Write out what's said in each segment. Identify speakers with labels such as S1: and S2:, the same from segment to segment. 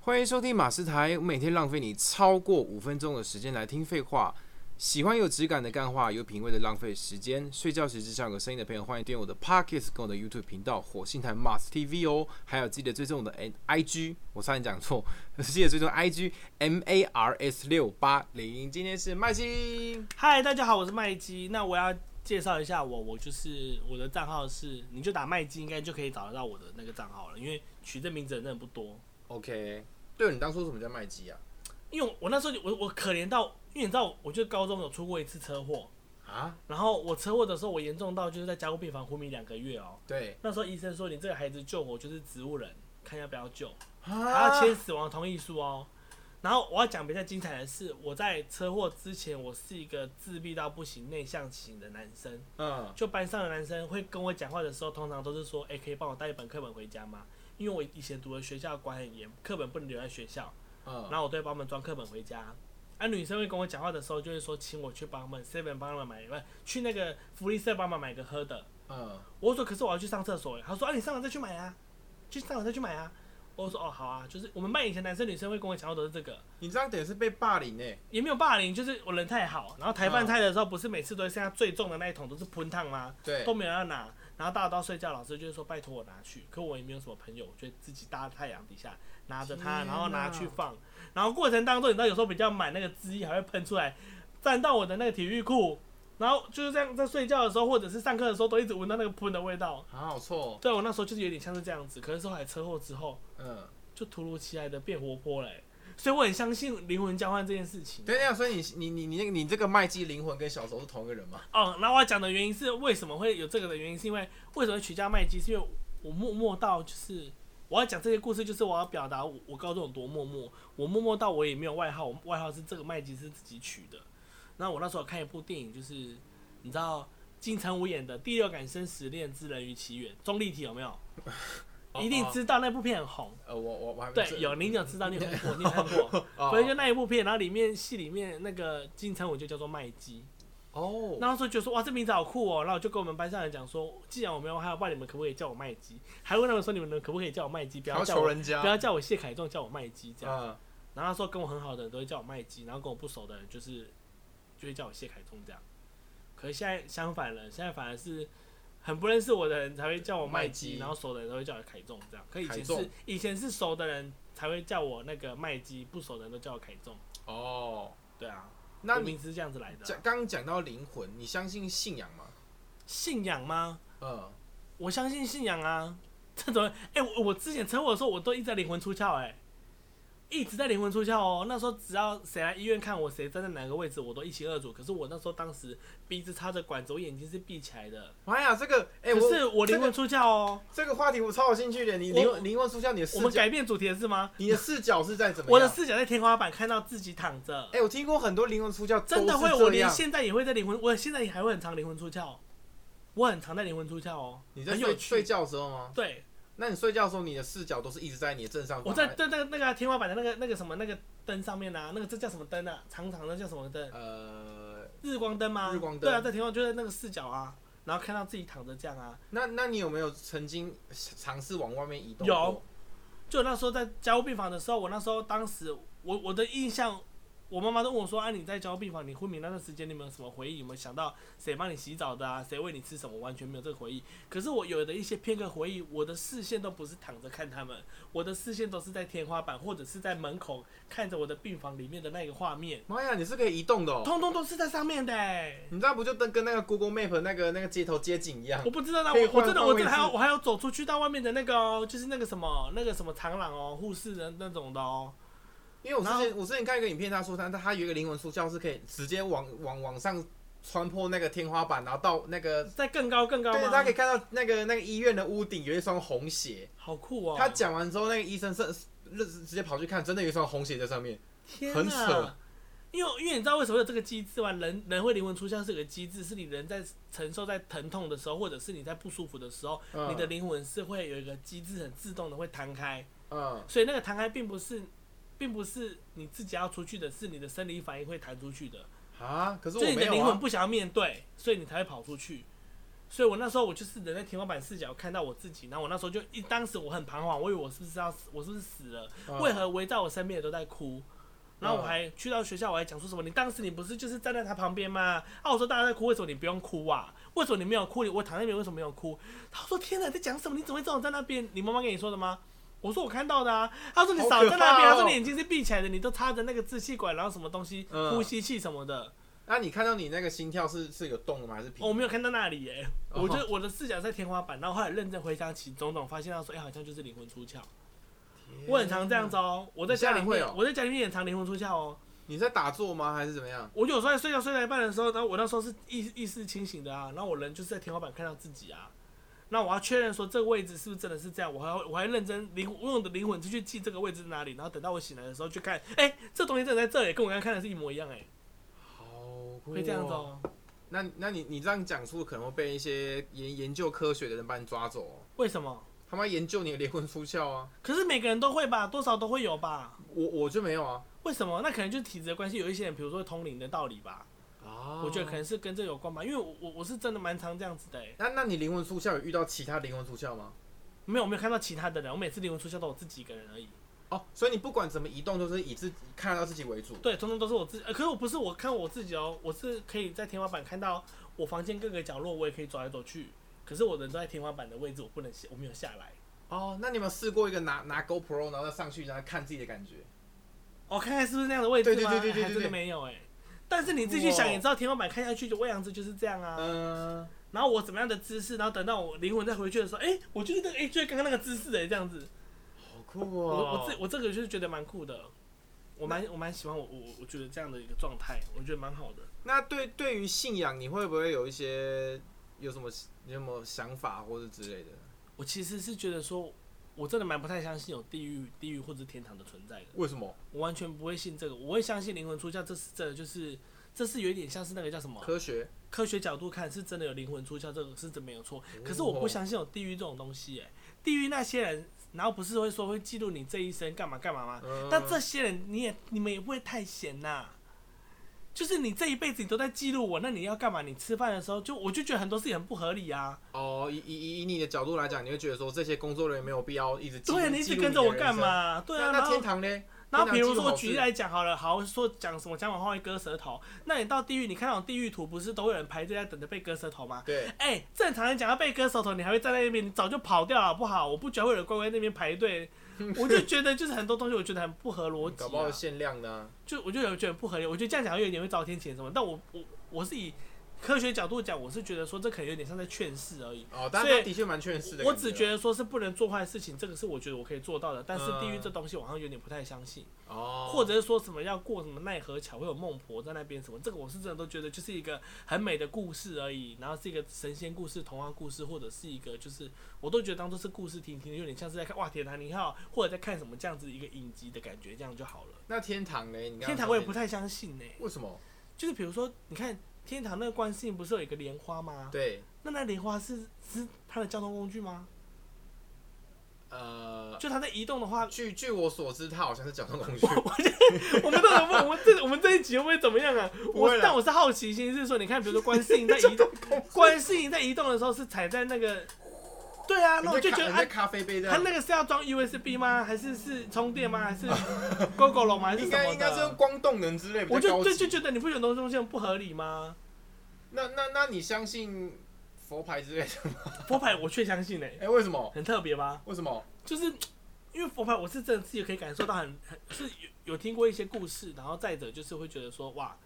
S1: 欢迎收听马斯台，我每天浪费你超过五分钟的时间来听废话。喜欢有质感的干话，有品味的浪费时间。睡觉时只想有个声音的朋友，欢迎订阅我的 Podcast 跟我的 YouTube 频道火星台 Mars TV 哦。还有记得追踪我的 I IG，我差点讲错，记得追踪 IG M A R S 六八零。今天是麦西，
S2: 嗨，大家好，我是麦基。那我要介绍一下我，我就是我的账号是，你就打麦基，应该就可以找得到我的那个账号了。因为取这名字的人真的不多，
S1: OK，对你当初为什么叫麦基啊？
S2: 因为我我那时候就我我可怜到，因为你知道，我就高中有出过一次车祸，
S1: 啊，
S2: 然后我车祸的时候，我严重到就是在加护病房昏迷两个月哦。
S1: 对，
S2: 那时候医生说你这个孩子救活就是植物人，看要不要救，还
S1: 还
S2: 要签死亡同意书哦。然后我要讲比较精彩的是，我在车祸之前，我是一个自闭到不行、内向型的男生。
S1: 嗯，
S2: 就班上的男生会跟我讲话的时候，通常都是说：“哎、可以帮我带一本课本回家吗？”因为我以前读的学校管很严，课本不能留在学校，
S1: 嗯，
S2: 然后我都会帮他们装课本回家。啊，女生会跟我讲话的时候，就会说请我去帮他们 seven 帮他们买，不去那个福利社帮忙买个喝的。
S1: 嗯，
S2: 我说可是我要去上厕所耶，他说啊你上完再去买啊，去上完再去买啊。我说哦好啊，就是我们班以前男生女生会跟我讲话都是这个，
S1: 你这样等于是被霸凌呢、欸
S2: 也没有霸凌，就是我人太好。然后抬饭菜的时候，不是每次都会剩下最重的那一桶都是喷烫吗？
S1: 对啊
S2: 都没有要拿，然后大家都要睡觉，老师就说拜托我拿去，可我也没有什么朋友，我就自己搭太阳底下拿着它，
S1: 天哪
S2: 然后拿去放，然后过程当中你知道有时候比较满，那个汁液还会喷出来，沾到我的那个体育裤，然后就是这样在睡觉的时候或者是上课的时候都一直闻到那个喷的味道，
S1: 啊，好臭、哦，
S2: 对我那时候就是有点像是这样子，可是后来车祸之后
S1: 嗯，
S2: 就突如其来的变活泼了欸、所以我很相信灵魂交换这件事情。
S1: 对，那样，所以你你你你那个你这个麦基灵魂跟小时候是同一个人吗？
S2: 哦，那我要讲的原因是为什么会有这个的原因，是因为为什么会取消麦基，是因为我默默到就是我要讲这些故事，就是我要表达我我高中有多默默，我默默到我也没有外号，我外号是这个麦基是自己取的。那我那时候看一部电影，就是你知道金城武演的《第六感生死恋之人鱼奇缘》，钟丽缇有没有？一定知道那部片很红。
S1: 呃，我我我还没
S2: 对，有你有知道，你有看过，你有看过。
S1: 哦
S2: 所以就那一部片，然后里面戏里面那个金城武就叫做麦基。
S1: 哦，
S2: 那时候就说哇，这名字好酷哦，然后我就跟我们班上人讲说，既然我没有害怕，你们可不可以叫我麦基？还问他们说，你们可不可以叫我麦基？不
S1: 还要
S2: 要叫
S1: 求
S2: 我，
S1: 人家，
S2: 不要叫我谢凯仲，叫我麦基这样。
S1: 嗯，
S2: 然后他说跟我很好的人都会叫我麦基，然后跟我不熟的人就是就会叫我谢凯仲这样。可是现在相反了，现在反而是很不认识我的人才会叫我麦
S1: 麦基
S2: 基，然后熟的人都会叫我凯仲这样。可以前
S1: 凯仲
S2: 是以前是熟的人才会叫我那个麦基，不熟的人都叫我凯仲。
S1: 哦，
S2: 对啊，
S1: 那
S2: 我
S1: 你
S2: 名字是这样子来的啊、
S1: 讲刚刚讲到灵魂，你相信信仰吗？
S2: 信仰吗？
S1: 嗯，
S2: 我相信信仰啊，这种哎、我我之前车祸的时候，我都一直在灵魂出窍哎、一直在灵魂出窍哦。那时候只要谁来医院看我，谁站在哪个位置，我都一清二楚。可是我那时候当时鼻子插着管子，我眼睛是闭起来的，
S1: 妈呀，这个，哎、
S2: 可
S1: 我
S2: 是我灵
S1: 这
S2: 魂
S1: 个
S2: 出窍哦。
S1: 这个话题我超有兴趣的，你灵
S2: 我
S1: 魂灵魂出现你的视
S2: 我们
S1: 角，
S2: 改变主题了是吗？
S1: 你的视角是在怎么样？
S2: 我的视角在天花板看到自己躺着
S1: 哎、，我听过很多灵魂出窍，
S2: 真的会，
S1: 都是
S2: 我
S1: 这
S2: 连
S1: 样
S2: 现在也会在灵魂，我现在也还会很常灵魂出窍，我很常在灵魂出窍哦。
S1: 你在
S2: 很有
S1: 睡
S2: 趣
S1: 睡觉的时候吗？
S2: 对，
S1: 那你睡觉的时候，你的视角都是一直在你的正上方。
S2: 我在在那个那个啊天花板的那个那个什么那个灯上面啊，那个这叫什么灯啊？长长的叫什么灯？
S1: 呃，
S2: 日光灯吗？
S1: 日光灯
S2: 对啊，在天花就在那个视角啊，然后看到自己躺着这样啊。
S1: 那那你有没有曾经尝试往外面移动？
S2: 有，就那时候在加护病房的时候，我那时候当时我我的印象，我妈妈都问我说：“啊，你在加护病房，你昏迷那段时间，你有没有什么回忆？有没有想到谁帮你洗澡的啊？谁喂你吃什么？完全没有这个回忆。可是我有的一些片刻回忆，我的视线都不是躺着看他们，我的视线都是在天花板或者是在门口看着我的病房里面的那个画面，
S1: 妈呀，你是可以移动的哦！
S2: 通通都是在上面的、欸。
S1: 你这样不就跟跟那个 Google Map 那个那个街头街景一样
S2: 我？不知道啦，
S1: 哎可以
S2: 我我
S1: 换
S2: 真的
S1: 换
S2: 我
S1: 位
S2: 真的还要
S1: 置
S2: 我还要走出去到外面的那个哦，就是那个什么那个什么长廊哦，护士的那种的哦。
S1: 因为我之
S2: 然
S1: 前我之前看一个影片，他说他他有一个灵魂出窍是可以直接往往往上穿破那个天花板，然后到那个
S2: 在更高更高
S1: 对，他
S2: 吗
S1: 可以？看到那个那个医院的屋顶有一双红鞋。
S2: 好酷哦！
S1: 他讲完之后，那个医生是直直接跑去看，真的有一双红鞋在上面。
S2: 天
S1: 很
S2: 哪
S1: 扯
S2: 因为因为你知道为什么有这个机制吗？人人会灵魂出窍是有个机制，是你人在承受在疼痛的时候，或者是你在不舒服的时候，
S1: 嗯
S2: 你的灵魂是会有一个机制很自动的会弹开，
S1: 嗯，
S2: 所以那个弹开并不是。并不是你自己要出去的，是你的生理反应会弹出去的。
S1: 啊，可是
S2: 所以
S1: 我
S2: 你
S1: 没
S2: 的灵
S1: 有
S2: 魂
S1: 啊。
S2: 不想要面对，所以你才会跑出去。所以我那时候我就是人在天花板视角看到我自己，然后我那时候就一当时我很彷徨，我以为我是不是要死，我是不是死了？
S1: 嗯
S2: 为何围在我身边的都在哭？然后我还去到学校，我还讲说什么？你当时你不是就是站在他旁边吗？啊，我说大家在哭，为什么你不用哭啊？为什么你没有哭？你我躺在那边为什么没有哭？他说天哪，你在讲什么？你怎么会知道我在那边？你妈妈跟你说的吗？我说我看到的啊。他说你
S1: 好
S2: 少
S1: 可
S2: 在那边，
S1: 怕哦
S2: 他说你眼睛是闭起来的，你都插着那个支气管，然后什么东西，
S1: 嗯
S2: 呼吸器什么的。
S1: 那你看到你那个心跳是是有动的吗？还是平？
S2: 哦我没有看到那里耶、
S1: 哦
S2: 我就我的视角在天花板，然后后来认真回想起种种，发现到说，哎、好像就是灵魂出窍。我很常这样子哦、我在家里
S1: 你家里
S2: 面，
S1: 会哦
S2: 我在家里面也常灵魂出窍哦、
S1: 你在打坐吗？还是怎么样？
S2: 我有时候在睡觉睡到一半的时候，然后我那时候是意意识清醒的啊，然后我人就是在天花板看到自己啊。那我要确认说这个位置是不是真的是这样，我还我还认真灵我用我的灵魂去记这个位置在哪里，然后等到我醒来的时候去看，哎、这东西真的在这里，跟我刚刚看的是一模一样、哎，
S1: 好酷、
S2: 会这样子。哦、
S1: 那那你你这样讲出，可能会被一些研研究科学的人把你抓走、哦。
S2: 为什么？
S1: 他妈研究你的灵魂出窍啊！
S2: 可是每个人都会吧，多少都会有吧。
S1: 我我就没有啊。
S2: 为什么？那可能就是体质的关系，有一些人，比如说通灵的道理吧，
S1: 啊
S2: 我觉得可能是跟这有关吧。因为我我我是真的蛮常这样子的、欸，
S1: 那那你灵魂出窍有遇到其他灵魂出窍吗？
S2: 没有我没有看到其他的人，我每次灵魂出窍都我自己一个人而已。
S1: 哦，所以你不管怎么移动，都是以自己看到自己为主。
S2: 对，通通都是我自己、呃可是我不是我看我自己哦，我是可以在天花板看到我房间各个角落，我也可以走来走去。可是我人都在天花板的位置，我不能下，我没有下来。
S1: 哦，那你有没有试过一个拿拿 GoPro 然后再上去，然后看自己的感觉？
S2: 哦，看看是不是那样的位置吗？
S1: 对对对对对对
S2: 还真的没有哎、但是你自己去想，
S1: 哇
S2: 也知道天花板看下去的位样子就是这样啊。
S1: 嗯、
S2: 然后我怎么样的姿势，然后等到我灵魂再回去的时候，哎、我就是那个哎、就是刚刚那个姿势哎、这样子。
S1: 好酷哦！
S2: 我我这我这个就是觉得蛮酷的，我蛮我蛮喜欢我我我觉得这样的一个状态，我觉得蛮好的。
S1: 那对对于信仰，你会不会有一些有什么你有没有想法或者之类的？
S2: 我其实是觉得说，我真的蛮不太相信有地狱、地狱或者天堂的存在的，
S1: 为什么
S2: 我完全不会信这个，我会相信灵魂出窍，这是真的，就是这是有一点像是那个叫什么
S1: 科学？
S2: 科学角度看，是真的有灵魂出窍，这个是真没有错。可是我不相信有地狱这种东西、哎，地狱那些人，然后不是会说会记录你这一生干嘛干嘛吗？
S1: 嗯
S2: 但这些人你也你们也不会太闲呐、就是你这一辈子你都在记录我，那你要干嘛？你吃饭的时候就我就觉得很多事情很不合理啊。
S1: 哦，以以以你的角度来讲，你会觉得说这些工作人员没有必要一直记录
S2: 对啊，你一直跟着我干？
S1: 记
S2: 嘛？
S1: 录
S2: 对
S1: 你的人生那
S2: 啊，然
S1: 那天
S2: 后
S1: 堂呢？
S2: 然
S1: 天
S2: 后
S1: 堂
S2: 比如
S1: 记录
S2: 说我
S1: 好
S2: 举
S1: 事
S2: 例来讲好了，好说讲什么讲谎话会割舌头，那你到地狱你看那种地狱图不是都有人排队在等着被割舌头吗？
S1: 对，
S2: 哎、正常人讲要被割舌头，你还会站在那边，你早就跑掉了，好不好？我不觉得会有人乖乖在那边排 队，我就觉得就是很多东西我觉得很不合逻辑、啊。
S1: 搞不好有限量的啊、
S2: 就我就有觉得不合理，我觉得这样讲有点会遭天谴什么，但我我我是以科学角度讲，我是觉得说这可能有点像在劝世而已。
S1: 哦，但
S2: 所以
S1: 他的确蛮劝世的感啊。
S2: 我只觉得说是不能做坏事情，这个是我觉得我可以做到的。但是地狱
S1: 嗯
S2: 这东西，我好像有点不太相信，
S1: 哦，
S2: 或者是说什么要过什么奈何桥，会有孟婆在那边什么，这个我是真的都觉得就是一个很美的故事而已，然后是一个神仙故事、童话故事，或者是一个就是我都觉得当做是故事听听，有点像是在看哇《铁达尼号》或者在看什么这样子一个影集的感觉，这样就好了。
S1: 那天堂呢？你刚刚
S2: 天堂我也
S1: 说
S2: 不太相信呢、
S1: 为什么？
S2: 就是比如说，你看天堂那个观世音不是有一个莲花吗？
S1: 对，
S2: 那那莲花是是它的交通工具吗？
S1: 呃，
S2: 就它在移动的 话，
S1: 据据我所知，他好像是交通工具。
S2: 我们到底问我们这我们这一集会不会怎么样啊？
S1: 不
S2: 我
S1: 会啦
S2: 但我是好奇心，是说你看，比如说观世音 在移动，观世音在移动的时候是踩在那个，对啊，那我就觉得
S1: 你在
S2: 啊，
S1: 咖啡杯这
S2: 它
S1: 样，
S2: 那个是要装 USB 吗？还是是充电吗？还是 GoGo 龙吗？还
S1: 嗯
S2: 是
S1: 应
S2: 什
S1: 该
S2: 么
S1: 应该是用
S2: 的？
S1: 光动能之类比
S2: 我
S1: 较
S2: 就
S1: 高
S2: 对就
S1: 级。
S2: 觉得你不觉得东西东西很不合理吗？
S1: 那那那你相信佛牌之类的吗？
S2: 佛牌我却相信呢、
S1: 哎、为什么？
S2: 很特别吧？
S1: 为什么？
S2: 就是因为佛牌，我是真的自己可以感受到很很是有有听过一些故事，然后再者就是会觉得说哇，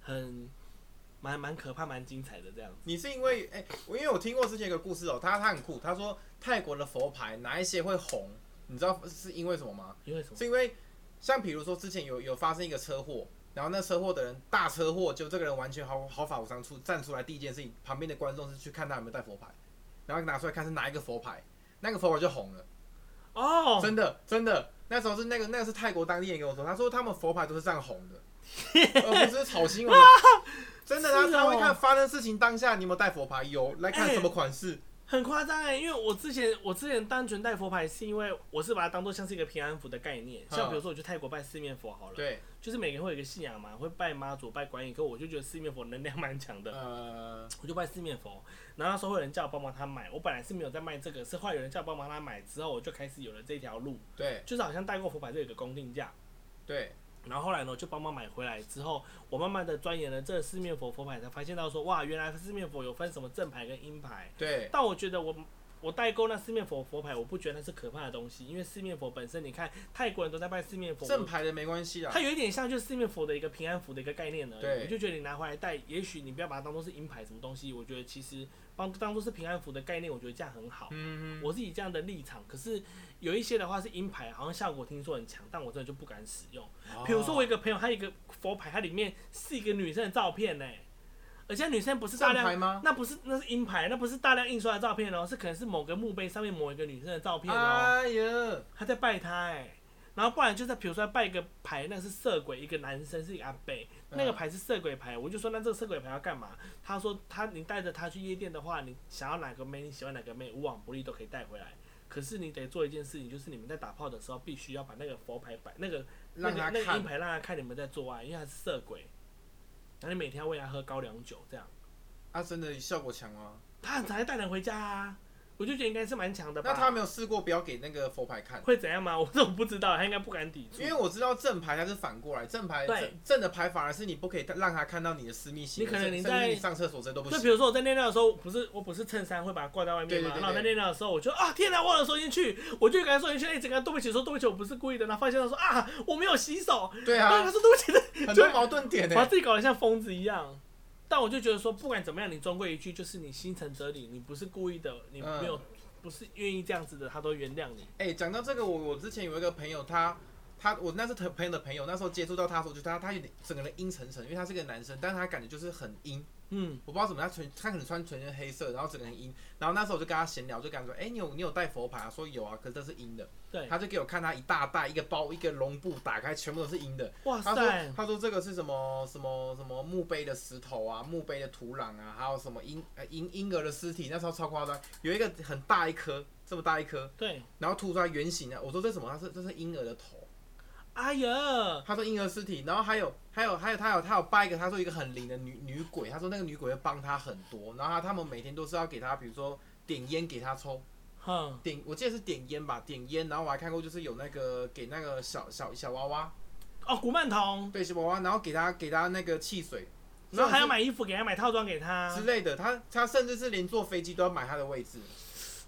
S2: 很蛮蛮可怕、蛮精彩的这样子。
S1: 你是因为哎、我因为我听过之前一个故事哦、他他很酷，他说泰国的佛牌哪一些会红，你知道是因为什么吗？
S2: 因为什么？
S1: 是因为像比如说之前有有发生一个车祸，然后那车祸的人大车祸，就这个人完全毫毫发无伤出站出来，第一件事情旁边的观众是去看他有没有带佛牌，然后拿出来看是哪一个佛牌，那个佛牌就红了，
S2: 哦，
S1: 真的真的。那时候是那个那个是泰国当地人跟我说，他说他们佛牌都是这样红 的，而不是炒新闻。真的，他
S2: 是
S1: 他
S2: 哦
S1: 会看发生事情当下你有没有带佛牌，有来看
S2: 哎
S1: 什么款式，
S2: 很夸张哎，因为我之前我之前单纯带佛牌，是因为我是把它当做像是一个平安符的概念，
S1: 嗯
S2: 像比如说我去泰国拜四面佛好了，
S1: 对，
S2: 就是每个人会有一个信仰嘛，会拜妈祖、拜观音，可我就觉得四面佛能量蛮强的，
S1: 呃，
S2: 我就拜四面佛，然后那时候会有人叫我帮忙他买，我本来是没有在卖这个，是后来有人叫我帮忙他买之后，我就开始有了这条路，
S1: 对
S2: 就是好像代购佛牌这有个公定价，
S1: 对，
S2: 然后后来呢，我就帮忙买回来之后，我慢慢的钻研了这四面佛佛牌，才发现到说，哇，原来四面佛有分什么正牌跟阴牌。
S1: 对，
S2: 但我觉得我我代购那四面佛佛牌，我不觉得那是可怕的东西，因为四面佛本身，你看泰国人都在拜四面佛，
S1: 正牌的没关系啦
S2: 它。有一点像就是四面佛的一个平安符的一个概念而
S1: 对
S2: 已。我就觉得你拿回来戴，也许你不要把它当做是银牌什么东西，我觉得其实帮当做是平安符的概念，我觉得这样很好。
S1: 嗯，
S2: 我是以这样的立场，可是有一些的话是银牌，好像效果听说很强，但我真的就不敢使用。比如说我有一个朋友，他有一个佛牌，它里面是一个女生的照片呢、而且女生不是大
S1: 正
S2: 量
S1: 哦牌吗？
S2: 那不是那是阴牌，那不是大量印刷的照片哦，是可能是某个墓碑上面某一个女生的照片哦，
S1: 哎呀，
S2: 他在拜她哎、然后不然就是比如说拜一个牌，那是色鬼，一个男生是一个阿伯，
S1: 嗯
S2: 那个牌是色鬼牌，我就说那这个色鬼牌要干嘛？他说他你带着他去夜店的话，你想要哪个妹，你喜欢哪个妹，无往不利都可以带回来。可是你得做一件事情，就是你们在打炮的时候，必须要把那个佛牌摆那个那
S1: 让
S2: 个
S1: 他
S2: 那个阴
S1: 看，
S2: 牌让他看你们在做啊爱，因为他是色鬼，然后你每天要喂他喝高粱酒这样。
S1: 他啊真的效果强哦吗？
S2: 他很常带人回家啊，我就觉得应该是蛮强的吧。
S1: 那他没有试过不要给那个佛牌看，
S2: 会怎样吗？我这我不知道，他应该不敢抵触
S1: 因。为我知道正牌它是反过来，正牌
S2: 对
S1: 正正的牌反而是你不可以让他看到你的私密行为，
S2: 你可能
S1: 甚
S2: 你
S1: 甚至
S2: 在
S1: 你上厕所这都不
S2: 就比
S1: 行。
S2: 如说我在尿尿的时候，不是我不是衬衫会把它挂在外面
S1: 对对
S2: 嘛
S1: 对，对
S2: 然后我在尿尿的时候，我就啊天哪，忘了收进去，我就赶快收进去，哎，整个人对不起，说对不起，我不是故意的，然后发现他说啊我没有洗手，
S1: 对
S2: 然后他
S1: 啊，
S2: 说对不起，
S1: 很多矛盾点呢、欸
S2: 把自己搞得像疯子一样。但我就觉得说，不管怎么样，你终归一句就是你心诚则灵，你不是故意的，你
S1: 嗯
S2: 没有、不是愿意这样子的，他都原谅你。
S1: 哎、讲到这个，我我之前有一个朋友，他他我那是朋朋友的朋友，那时候接触到他的时候，就他他有点整个人阴沉沉，因为他是个男生，但是他感觉就是很阴，
S2: 嗯，
S1: 我不知道怎么他全他可能穿全身黑色，然后整个人阴，然后那时候我就跟他闲聊，就跟他说，哎、你有你有带佛牌、啊？说有啊，可是这是阴的，
S2: 对，
S1: 他就给我看他一大袋一个包一个绒布打开，全部都是阴的，
S2: 哇
S1: 他说
S2: 塞，
S1: 他说这个是什么什么什么墓碑的石头啊，墓碑的土壤啊，还有什么婴呃婴婴儿的尸体，那时候超夸张，有一个很大一颗，这么大一颗。
S2: 对，
S1: 然后吐出来圆形啊的。我说这是什么？他说这是婴儿的头。
S2: 哎呀，
S1: 他说婴儿尸体，然后还有还有还有他有他有掰一个，他说一个很灵的女女鬼，他说那个女鬼会帮他很多，然后他他们每天都是要给他，比如说点烟给他抽，
S2: 哼。
S1: 点我记得是点烟吧，点烟，然后我还看过就是有那个给那个小小小娃娃，
S2: 哦，古曼童，
S1: 对小娃娃，然后给他给他那个汽水，
S2: 然后还要
S1: 是
S2: 买衣服给他，买套装给他
S1: 之。类的，他他甚至是连坐飞机都要买他的位置，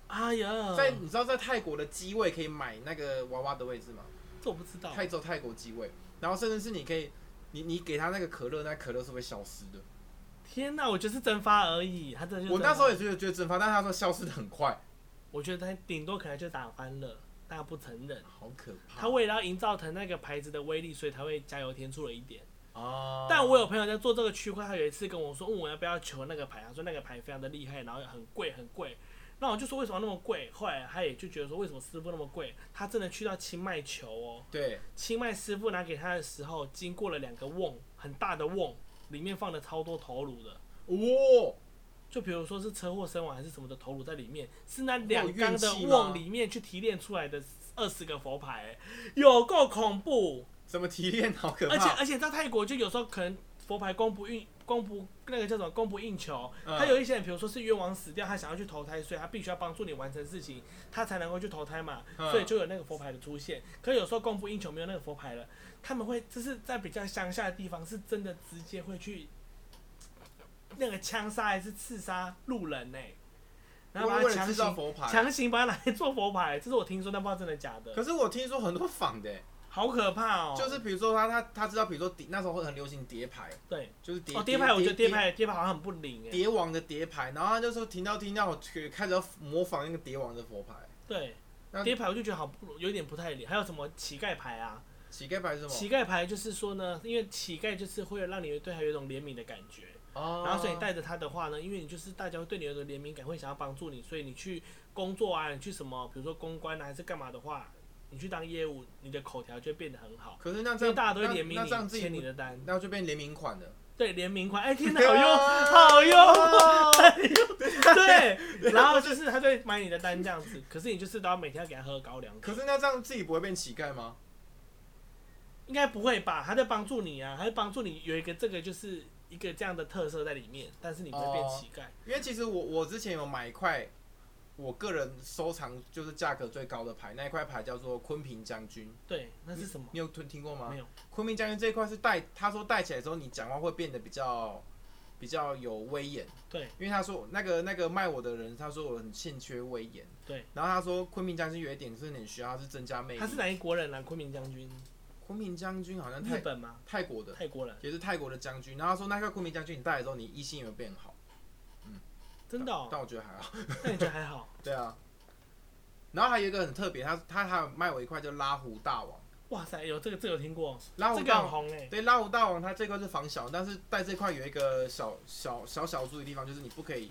S2: 哎呀，
S1: 在你知道在泰国的机位可以买那个娃娃的位置吗？
S2: 这我不知道。
S1: 泰州泰国鸡尾，然后甚至是你可以，你你给他那个可乐，那可乐是会消失的。
S2: 天哪，我觉得是蒸发而已，他真的就是
S1: 我
S2: 蒸发
S1: 那时候也觉得觉得蒸发，但他说消失的很快，
S2: 我觉得他顶多可能就打翻了，但他不承认。
S1: 好可怕。
S2: 他为了要营造成那个牌子的威力，所以他会加油添醋了一点。
S1: 哦，
S2: 但我有朋友在做这个区块，他有一次跟我说，嗯问我要不要求那个牌，他说那个牌非常的厉害，然后很贵很贵。那我就说为什么那么贵？后来他也就觉得说为什么师傅那么贵？他真的去到清迈求哦，
S1: 对
S2: 清迈师傅拿给他的时候，经过了两个瓮，很大的瓮，里面放了超多头颅的，
S1: 哦，
S2: 就比如说是车祸身亡还是什么的头颅在里面，是那两
S1: 哇有怨
S2: 缸的
S1: 气吗
S2: 瓮里面去提炼出来的二十个佛牌、有够恐怖！
S1: 怎么提炼好可
S2: 而且
S1: 怕？
S2: 而且在泰国就有时候可能佛牌供不应供不那个叫什么供不应求，
S1: 嗯
S2: 他有一些人比如说是冤枉死掉，他想要去投胎，所以他必须要帮助你完成事情，他才能够去投胎嘛，
S1: 嗯
S2: 所以就有那个佛牌的出现。可有时候供不应求没有那个佛牌了，他们会就是在比较乡下的地方是真的直接会去那个枪杀还是刺杀路人呢、然后把
S1: 为
S2: 他
S1: 了
S2: 强
S1: 制造
S2: 行
S1: 佛牌。啊
S2: 强行把他拿来做佛牌，这是我听说，但不知道真的假的，
S1: 可是我听说很多仿的、欸
S2: 好可怕哦！
S1: 就是比如说他他他知道，比如说碟那时候会很流行叠牌，
S2: 对。
S1: 就是叠
S2: 哦，碟牌，我觉得碟牌碟牌好像很不灵哎。
S1: 碟王的叠牌，然后他就说听到听到我开始要模仿那个碟王的佛牌，那
S2: 对，碟牌我就觉得好不有点不太灵。还有什么乞丐牌啊？
S1: 乞丐牌是什么？
S2: 乞丐牌就是说呢，因为乞丐就是会让你对他有一种怜悯的感觉，
S1: 哦，
S2: 然后所以你带着他的话呢，因为你就是大家会对你有一种怜悯感，会想要帮助你，所以你去工作啊，你去什么，比如说公关啊，还是干嘛的话，你去当业务，你的口条就会变得很好。
S1: 可是那
S2: 因
S1: 这
S2: 为
S1: 样
S2: 大家都会
S1: 那
S2: 怜
S1: 那这
S2: 悯
S1: 样
S2: 你，
S1: 自己
S2: 签
S1: 不
S2: 你的单，
S1: 那就变联名款了。
S2: 哎哦对联名款，哎，天哪，好用，好用，
S1: 啊
S2: 哎呦对，然后就是他就会买你的单这样子，可是你就是都要每天要给他喝高粱 酒。
S1: 可是那这样自己不会变乞丐吗？
S2: 应该不会吧？他在帮助你啊，他在帮助你有一个这个就是一个这样的特色在里面，但是你不会变
S1: 哦
S2: 乞丐。
S1: 因为其实我我之前有买一块我个人收藏就是价格最高的牌，那一块牌叫做昆平将军，
S2: 对，那是什么？
S1: 你有听听过吗？
S2: 没有。
S1: 昆明将军这一块是戴，他说戴起来之后，你讲话会变得比较比较有威严。
S2: 对，
S1: 因为他说那个那个卖我的人，他说我很欠缺威严。
S2: 对。
S1: 然后他说昆明将军有一点是很需要，他是增加魅力。
S2: 他是哪一国人啊？昆明将军，
S1: 昆明将军好像
S2: 日
S1: 泰
S2: 本吗？
S1: 泰国的，
S2: 泰国人，
S1: 也是泰国的将军。然后他说那个昆明将军你戴了之后，你异性有变好。
S2: 真的、哦？
S1: 但我觉得还好。
S2: 那你觉得还 好？
S1: 对啊。然后还有一个很特别，他他还有卖我一块叫拉胡大王，
S2: 哇塞，有这个这个有听过，
S1: 拉胡
S2: 这个
S1: 大
S2: 很
S1: 王。
S2: 红哎、
S1: 对，拉五大王它这块是防小，但是在这块有一个小小小小注意的地方，就是你不可以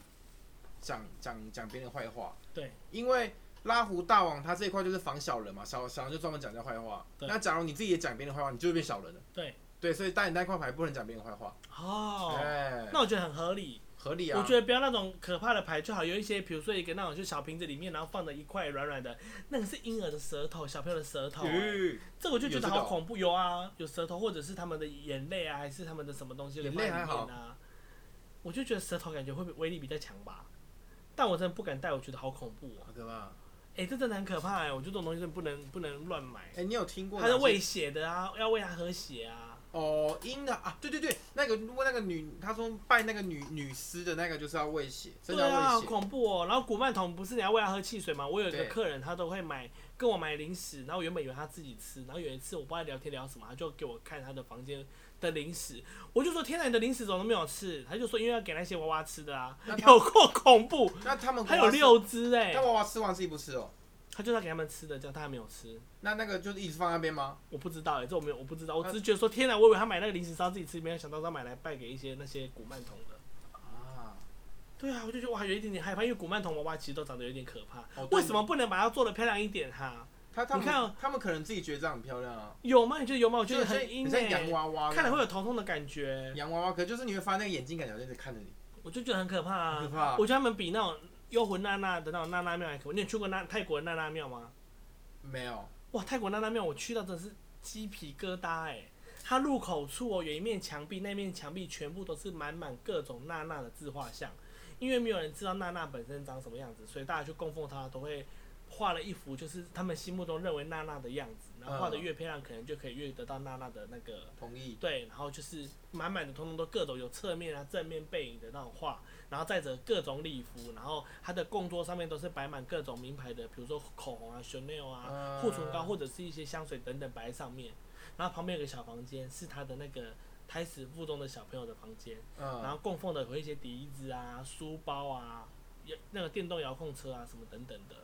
S1: 讲讲讲别人坏话。
S2: 对，
S1: 因为拉胡大王他这一块就是防小人嘛，小小人就专门讲人家坏话。
S2: 对
S1: 那假如你自己也讲别人坏话，你就会变小人了。
S2: 对，
S1: 对，所以但你那块牌不能讲别人坏话。
S2: 哦，
S1: 哎、
S2: 那我觉得很合理。
S1: 合理啊。
S2: 我觉得不要那种可怕的牌就好，有一些比如说一个那种就小瓶子里面，然后放着一块软软的，那个是婴儿的舌头，小朋友的舌
S1: 哎
S2: 头、欸
S1: 咦
S2: 这我就觉
S1: 有
S2: 得
S1: 这
S2: 好
S1: 个哦
S2: 恐怖，有啊，有舌头或者是他们的眼泪啊，还是他们的什么东西
S1: 眼
S2: 放在
S1: 泪
S2: 里
S1: 还
S2: 面
S1: 好
S2: 啊，我就觉得舌头感觉会比威力比较强吧，但我真的不敢戴，我觉得好恐怖哦、
S1: 好可怕。
S2: 哎、这真的很可怕哎、我觉得这种东西真的不能不能乱买，
S1: 哎、你有听过
S2: 他
S1: 哪
S2: 是
S1: 些
S2: 喂血的啊，要喂他喝血啊，
S1: 哦婴儿啊？对对对，那个那个女，他说拜那个女女尸的那个就是要喂血，真
S2: 对
S1: 的要
S2: 啊，好
S1: 喂血。
S2: 恐怖哦！然后古曼童不是你要喂他喝汽水吗？我有一个
S1: 对
S2: 客人，他都会买跟我买零食，然后原本以为他自己吃，然后有一次我不知道聊天聊什么，他就给我看他的房间的零食，我就说天哪，你的零食怎么都没有吃？他就说因为要给那些娃娃吃的啊，
S1: 那他
S2: 有够恐怖，
S1: 那他们
S2: 他
S1: 娃
S2: 有
S1: 娃是
S2: 六只哎、
S1: 但娃娃吃完自己不吃哦，
S2: 他就是要给他们吃的，这样他还没有吃。
S1: 那那个就是一直放在那边吗？
S2: 我不知道哎、这我没有，我不知道，我
S1: 他
S2: 只是觉得说天哪，我以为他买那个零食是他自己吃，没有想到他买来卖给一些那些古曼童的。
S1: 啊，
S2: 对啊，我就觉得哇，有一点点害怕，因为古曼童娃娃其实都长得有点可怕，
S1: 哦对
S2: 为什么不能把它做的漂亮一点哈、
S1: 他他们
S2: 你看哦
S1: 他们可能自己觉得这样很漂亮啊，
S2: 有吗？你觉得有吗？我觉
S1: 就
S2: 得
S1: 是像
S2: 很阴
S1: 很像
S2: 哎、
S1: 洋娃娃，
S2: 看了会有头痛的感觉，
S1: 洋娃娃，可就是你会发现那个眼睛感觉在看着你，
S2: 我就觉得很可怕啊！
S1: 很可怕
S2: 我觉得他们比那种幽魂娜娜的那种娜娜庙还可怕。你有去过那泰国的娜娜庙吗？
S1: 没有，
S2: 哇，泰国娜娜庙我去到真的是鸡皮疙瘩哎、它入口处哦有一面墙壁，那面墙壁全部都是满满各种娜娜的自画像，因为没有人知道娜娜本身长什么样子，所以大家去供奉她都会画了一幅就是他们心目中认为娜娜的样子，然后画的
S1: 嗯
S2: 越漂亮，可能就可以越得到娜娜的那个
S1: 同意，
S2: 对，然后就是满满的，通通都各种有侧面啊、正面、背影的那种画，然后再者各种礼服，然后它的供桌上面都是摆满各种名牌的，比如说口红啊、Chanel 啊、
S1: 嗯
S2: 护唇膏或者是一些香水等等摆在上面。然后旁边有个小房间，是他的那个胎死腹中的小朋友的房间，然
S1: 嗯，
S2: 后供奉的有一些笛子啊、书包啊、也那个电动遥控车啊什么等等的。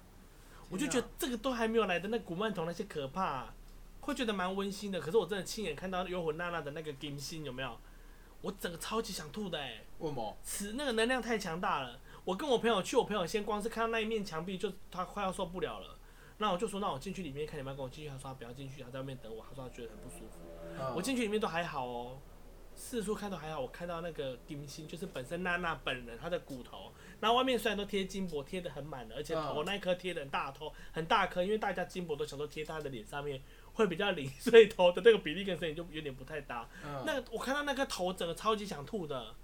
S2: 我就觉得这个都还没有来的那古曼童那些可怕、会觉得蛮温馨的。可是我真的亲眼看到幽魂娜娜的那个金星有没有？我整个超级想吐的哎、
S1: 为毛？
S2: 此那个能量太强大了。我跟我朋友去，我朋友先光是看到那一面墙壁就他快要受不了了。那我就说，那我进去里面看你们要跟我进去。他说他不要进去，他在外面等我。他说他觉得很不舒服。
S1: 嗯
S2: 我进去里面都还好哦，四处看都还好。我看到那个金星，就是本身娜娜本人她的骨头，然后外面虽然都贴金箔贴的很满了，而且头
S1: 嗯
S2: 那一颗贴的很大头很大颗，因为大家金箔都想说贴在她的脸上面会比较灵， 所以头的那个比例跟身体就有点不太搭。
S1: 嗯
S2: 那我看到那个头，整个超级想吐的，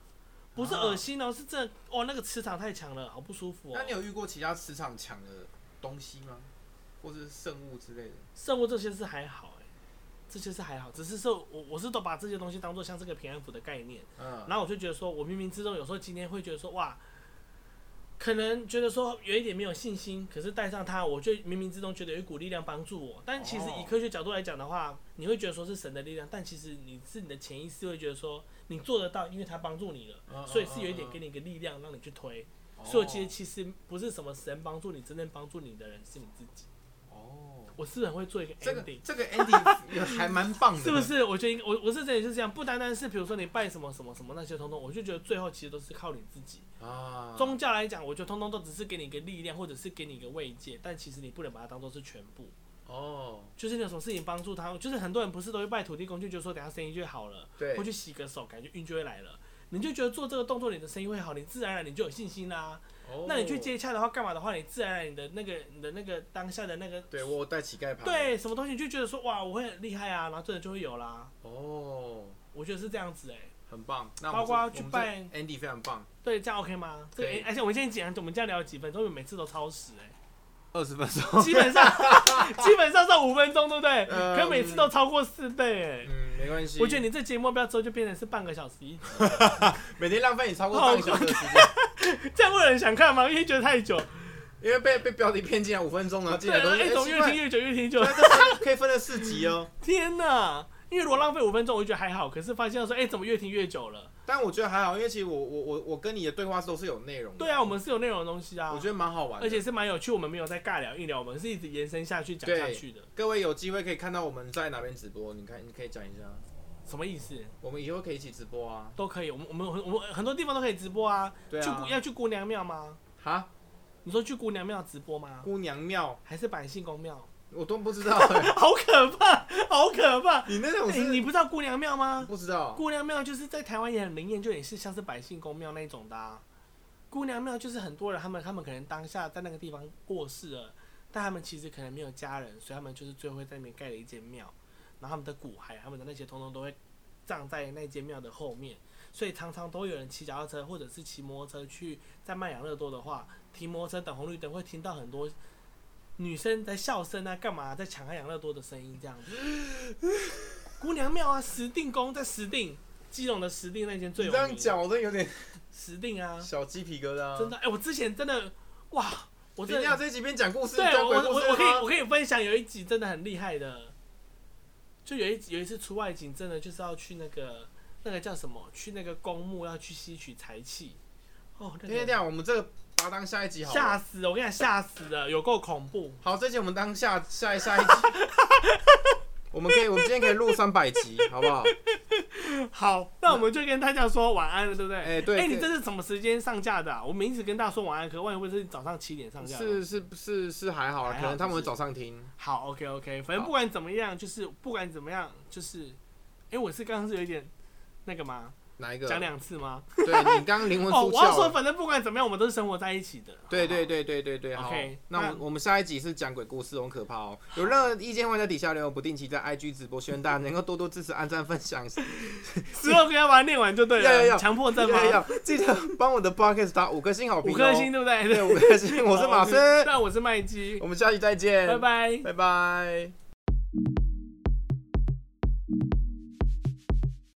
S2: 不是
S1: 啊
S2: 恶心哦，是真的哦，那个磁场太强了，好不舒服哦
S1: 那。你有遇过其他磁场强的东西吗？或是圣物之类的？
S2: 胜过这些是还好哎、这些是还好，只是说我我是都把这些东西当做像这个平安符的概念，
S1: 嗯，
S2: 然后我就觉得说，我冥冥之中有时候今天会觉得说哇。可能觉得说有一点没有信心，可是带上它，我就冥冥之中觉得有一股力量帮助我。但其实以
S1: 哦
S2: 科学角度来讲的话，你会觉得说是神的力量，但其实你是你的潜意识会觉得说你做得到，因为它帮助你了。
S1: 嗯
S2: 所以是有一点给
S1: 你，
S2: 你一个力量，让你去推。
S1: 嗯
S2: 所以我其实，其实不是什么神帮助你，真正帮助你的人是你自己。
S1: 哦，哦
S2: 我是很会做一个
S1: 这个
S2: ending，
S1: 这个 Andy 也还蛮棒的，
S2: 是不？是？我觉得我我是真的是这样，不单单是比如说你拜什么什么什么那些，通通我就觉得最后其实都是靠你自己。
S1: 啊，
S2: 宗教来讲，我觉得通通都只是给你一个力量，或者是给你一个慰藉，但其实你不能把它当做是全部。
S1: 哦，
S2: 就是你有什么事情帮助他，就是很多人不是都会拜土地公，就觉得说等下生意就好了，
S1: 对
S2: 或，去洗个手，感觉运就会来了。你就觉得做这个动作你的生意会好，你自然而然你就有信心啦、
S1: 哦
S2: 那你去接洽的话，干嘛的话，你自然而然你的那个你的那个当下的那个
S1: 对我有带乞丐牌，，
S2: 对什么东西，你就觉得说哇，我会很厉害啊，然后真的就会有啦。
S1: 哦，
S2: 我觉得是这样子哎、
S1: 很棒。那
S2: 包括
S1: 我们这
S2: 去
S1: 我们这
S2: 办
S1: Andy 非常棒，
S2: 对，这样 OK 吗？这个
S1: 可以
S2: 哎而且我们现在讲，我们这样聊了几分钟，我们每次都超时哎、
S1: 二十分钟，
S2: 基本上基本上是五分钟，对不对？
S1: 嗯
S2: 可每次都超过四倍哎、
S1: 嗯，没关系。
S2: 我觉得你这节目要不要之后就变成是半个小时一集？
S1: 每天浪费你超过半个小时的时间，
S2: 这样会有人想看吗？因为觉得太 久，
S1: 因为被被标题骗进来五分钟，然后进
S2: 对，
S1: 来都是
S2: 哎，怎么
S1: 哎
S2: 越听越久，越听越久
S1: 奇怪，对啊这分可以分了四集哦。
S2: 天哪！因为如果浪费五分钟，我就觉得还好，可是发现说，哎、怎么越听越久了？
S1: 但我觉得还好，因为其实我我我我跟你的对话都是有内容的。
S2: 对啊，我们是有内容的东西啊，
S1: 嗯我觉得蛮好玩的。
S2: 而且是蛮有趣，我们没有在尬聊硬聊，我们是一直延伸下去讲下去的。
S1: 各位有机会可以看到我们在哪边直播，你看你可以讲一下，
S2: 什么意思？
S1: 我们以后可以一起直播啊。
S2: 都可以，我们我们很我们很多地方都可以直播啊。
S1: 对
S2: 去姑
S1: 啊，
S2: 要去姑娘庙吗？
S1: 哈，
S2: 你说去姑娘庙直播吗？
S1: 姑娘庙
S2: 还是百姓公庙？
S1: 我都不知道、欸
S2: 好可怕，好可怕！
S1: 你那种
S2: 哎
S1: 是、
S2: 你不知道姑娘庙吗？
S1: 不知道
S2: 姑娘庙就是在台湾也很灵验，就也是像是百姓公庙那一种的、啊。姑娘庙就是很多人，他们他们可能当下在那个地方过世了，但他们其实可能没有家人，所以他们就是最后会在那边盖了一间庙，然后他们的骨骸、他们的那些通通都会葬在那间庙的后面，所以常常都有人骑脚踏车或者是骑摩托车去在曼雅乐多的话，停摩托车等红绿灯会听到很多女生在笑声啊，干嘛在抢汉养乐多的声音这样子。姑娘庙啊，石定宫在石定，基隆的石定那间最
S1: 你
S2: 有
S1: 这样
S2: 名。
S1: 讲，我真的有点
S2: 石定啊，
S1: 小鸡皮疙瘩、
S2: 真的，哎、我之前真的，哇，我
S1: 我一
S2: 真
S1: 定
S2: 的
S1: 要，这几边讲故事，
S2: 对
S1: 讲
S2: 我我
S1: 鬼故事
S2: 我我可以我
S1: 吗？
S2: 可以分享有一集真的很厉害的，就有一集有一次出外景，真的就是要去那个那个叫什么，去那个公墓要去吸取财气，哦，
S1: 等一下等
S2: 那
S1: 一
S2: 个
S1: 下，我们这个把它当下一集好
S2: 吓
S1: 了。
S2: 死了，我跟你讲吓死了，有够 恐怖，
S1: 好，这集我们当下下下一 集，我们可以，我们今天可以录三百集，好 不好？
S2: 好，那我们就跟大家说晚安了，对不对？
S1: 哎对
S2: 哎、你
S1: 对
S2: 这是什么时间上架的、啊？我们一直跟大家说晚安，可万一会是早上七点上架的。啊
S1: 是是是是还好，
S2: 还好
S1: 可能他们会
S2: 是
S1: 早上听。
S2: 好，OK OK，反正
S1: 好
S2: 不管怎么样，就是不管怎么样，就是，哎、我是刚刚是有一点那个吗？
S1: 哪一个？
S2: 讲两次吗？
S1: 对你刚刚灵魂
S2: 哦，
S1: 出
S2: 我要说，
S1: 窍了。
S2: 反正不管怎么样，我们都是生活在一起的。
S1: 对对
S2: 对，
S1: 对对对对，好
S2: OK，。
S1: 那我们
S2: 那
S1: 我们下一集是讲鬼故事，很可怕哦。有任何意见，欢迎在底下留言。我不定期在 IG 直播，希望大家能够多多支持、按赞、分 享。
S2: 十二个要把它念完就对
S1: 要要
S2: 了，
S1: 要
S2: 强迫症
S1: 要
S2: 吗？
S1: 要记得帮我的 podcast 打五颗星好评、
S2: 五
S1: 哦，
S2: 颗星，，对不对？
S1: 对，五颗星。我是马
S2: 好
S1: 斯，
S2: 那我是麦基，
S1: 我们下期再见，
S2: 拜，拜。
S1: 拜拜。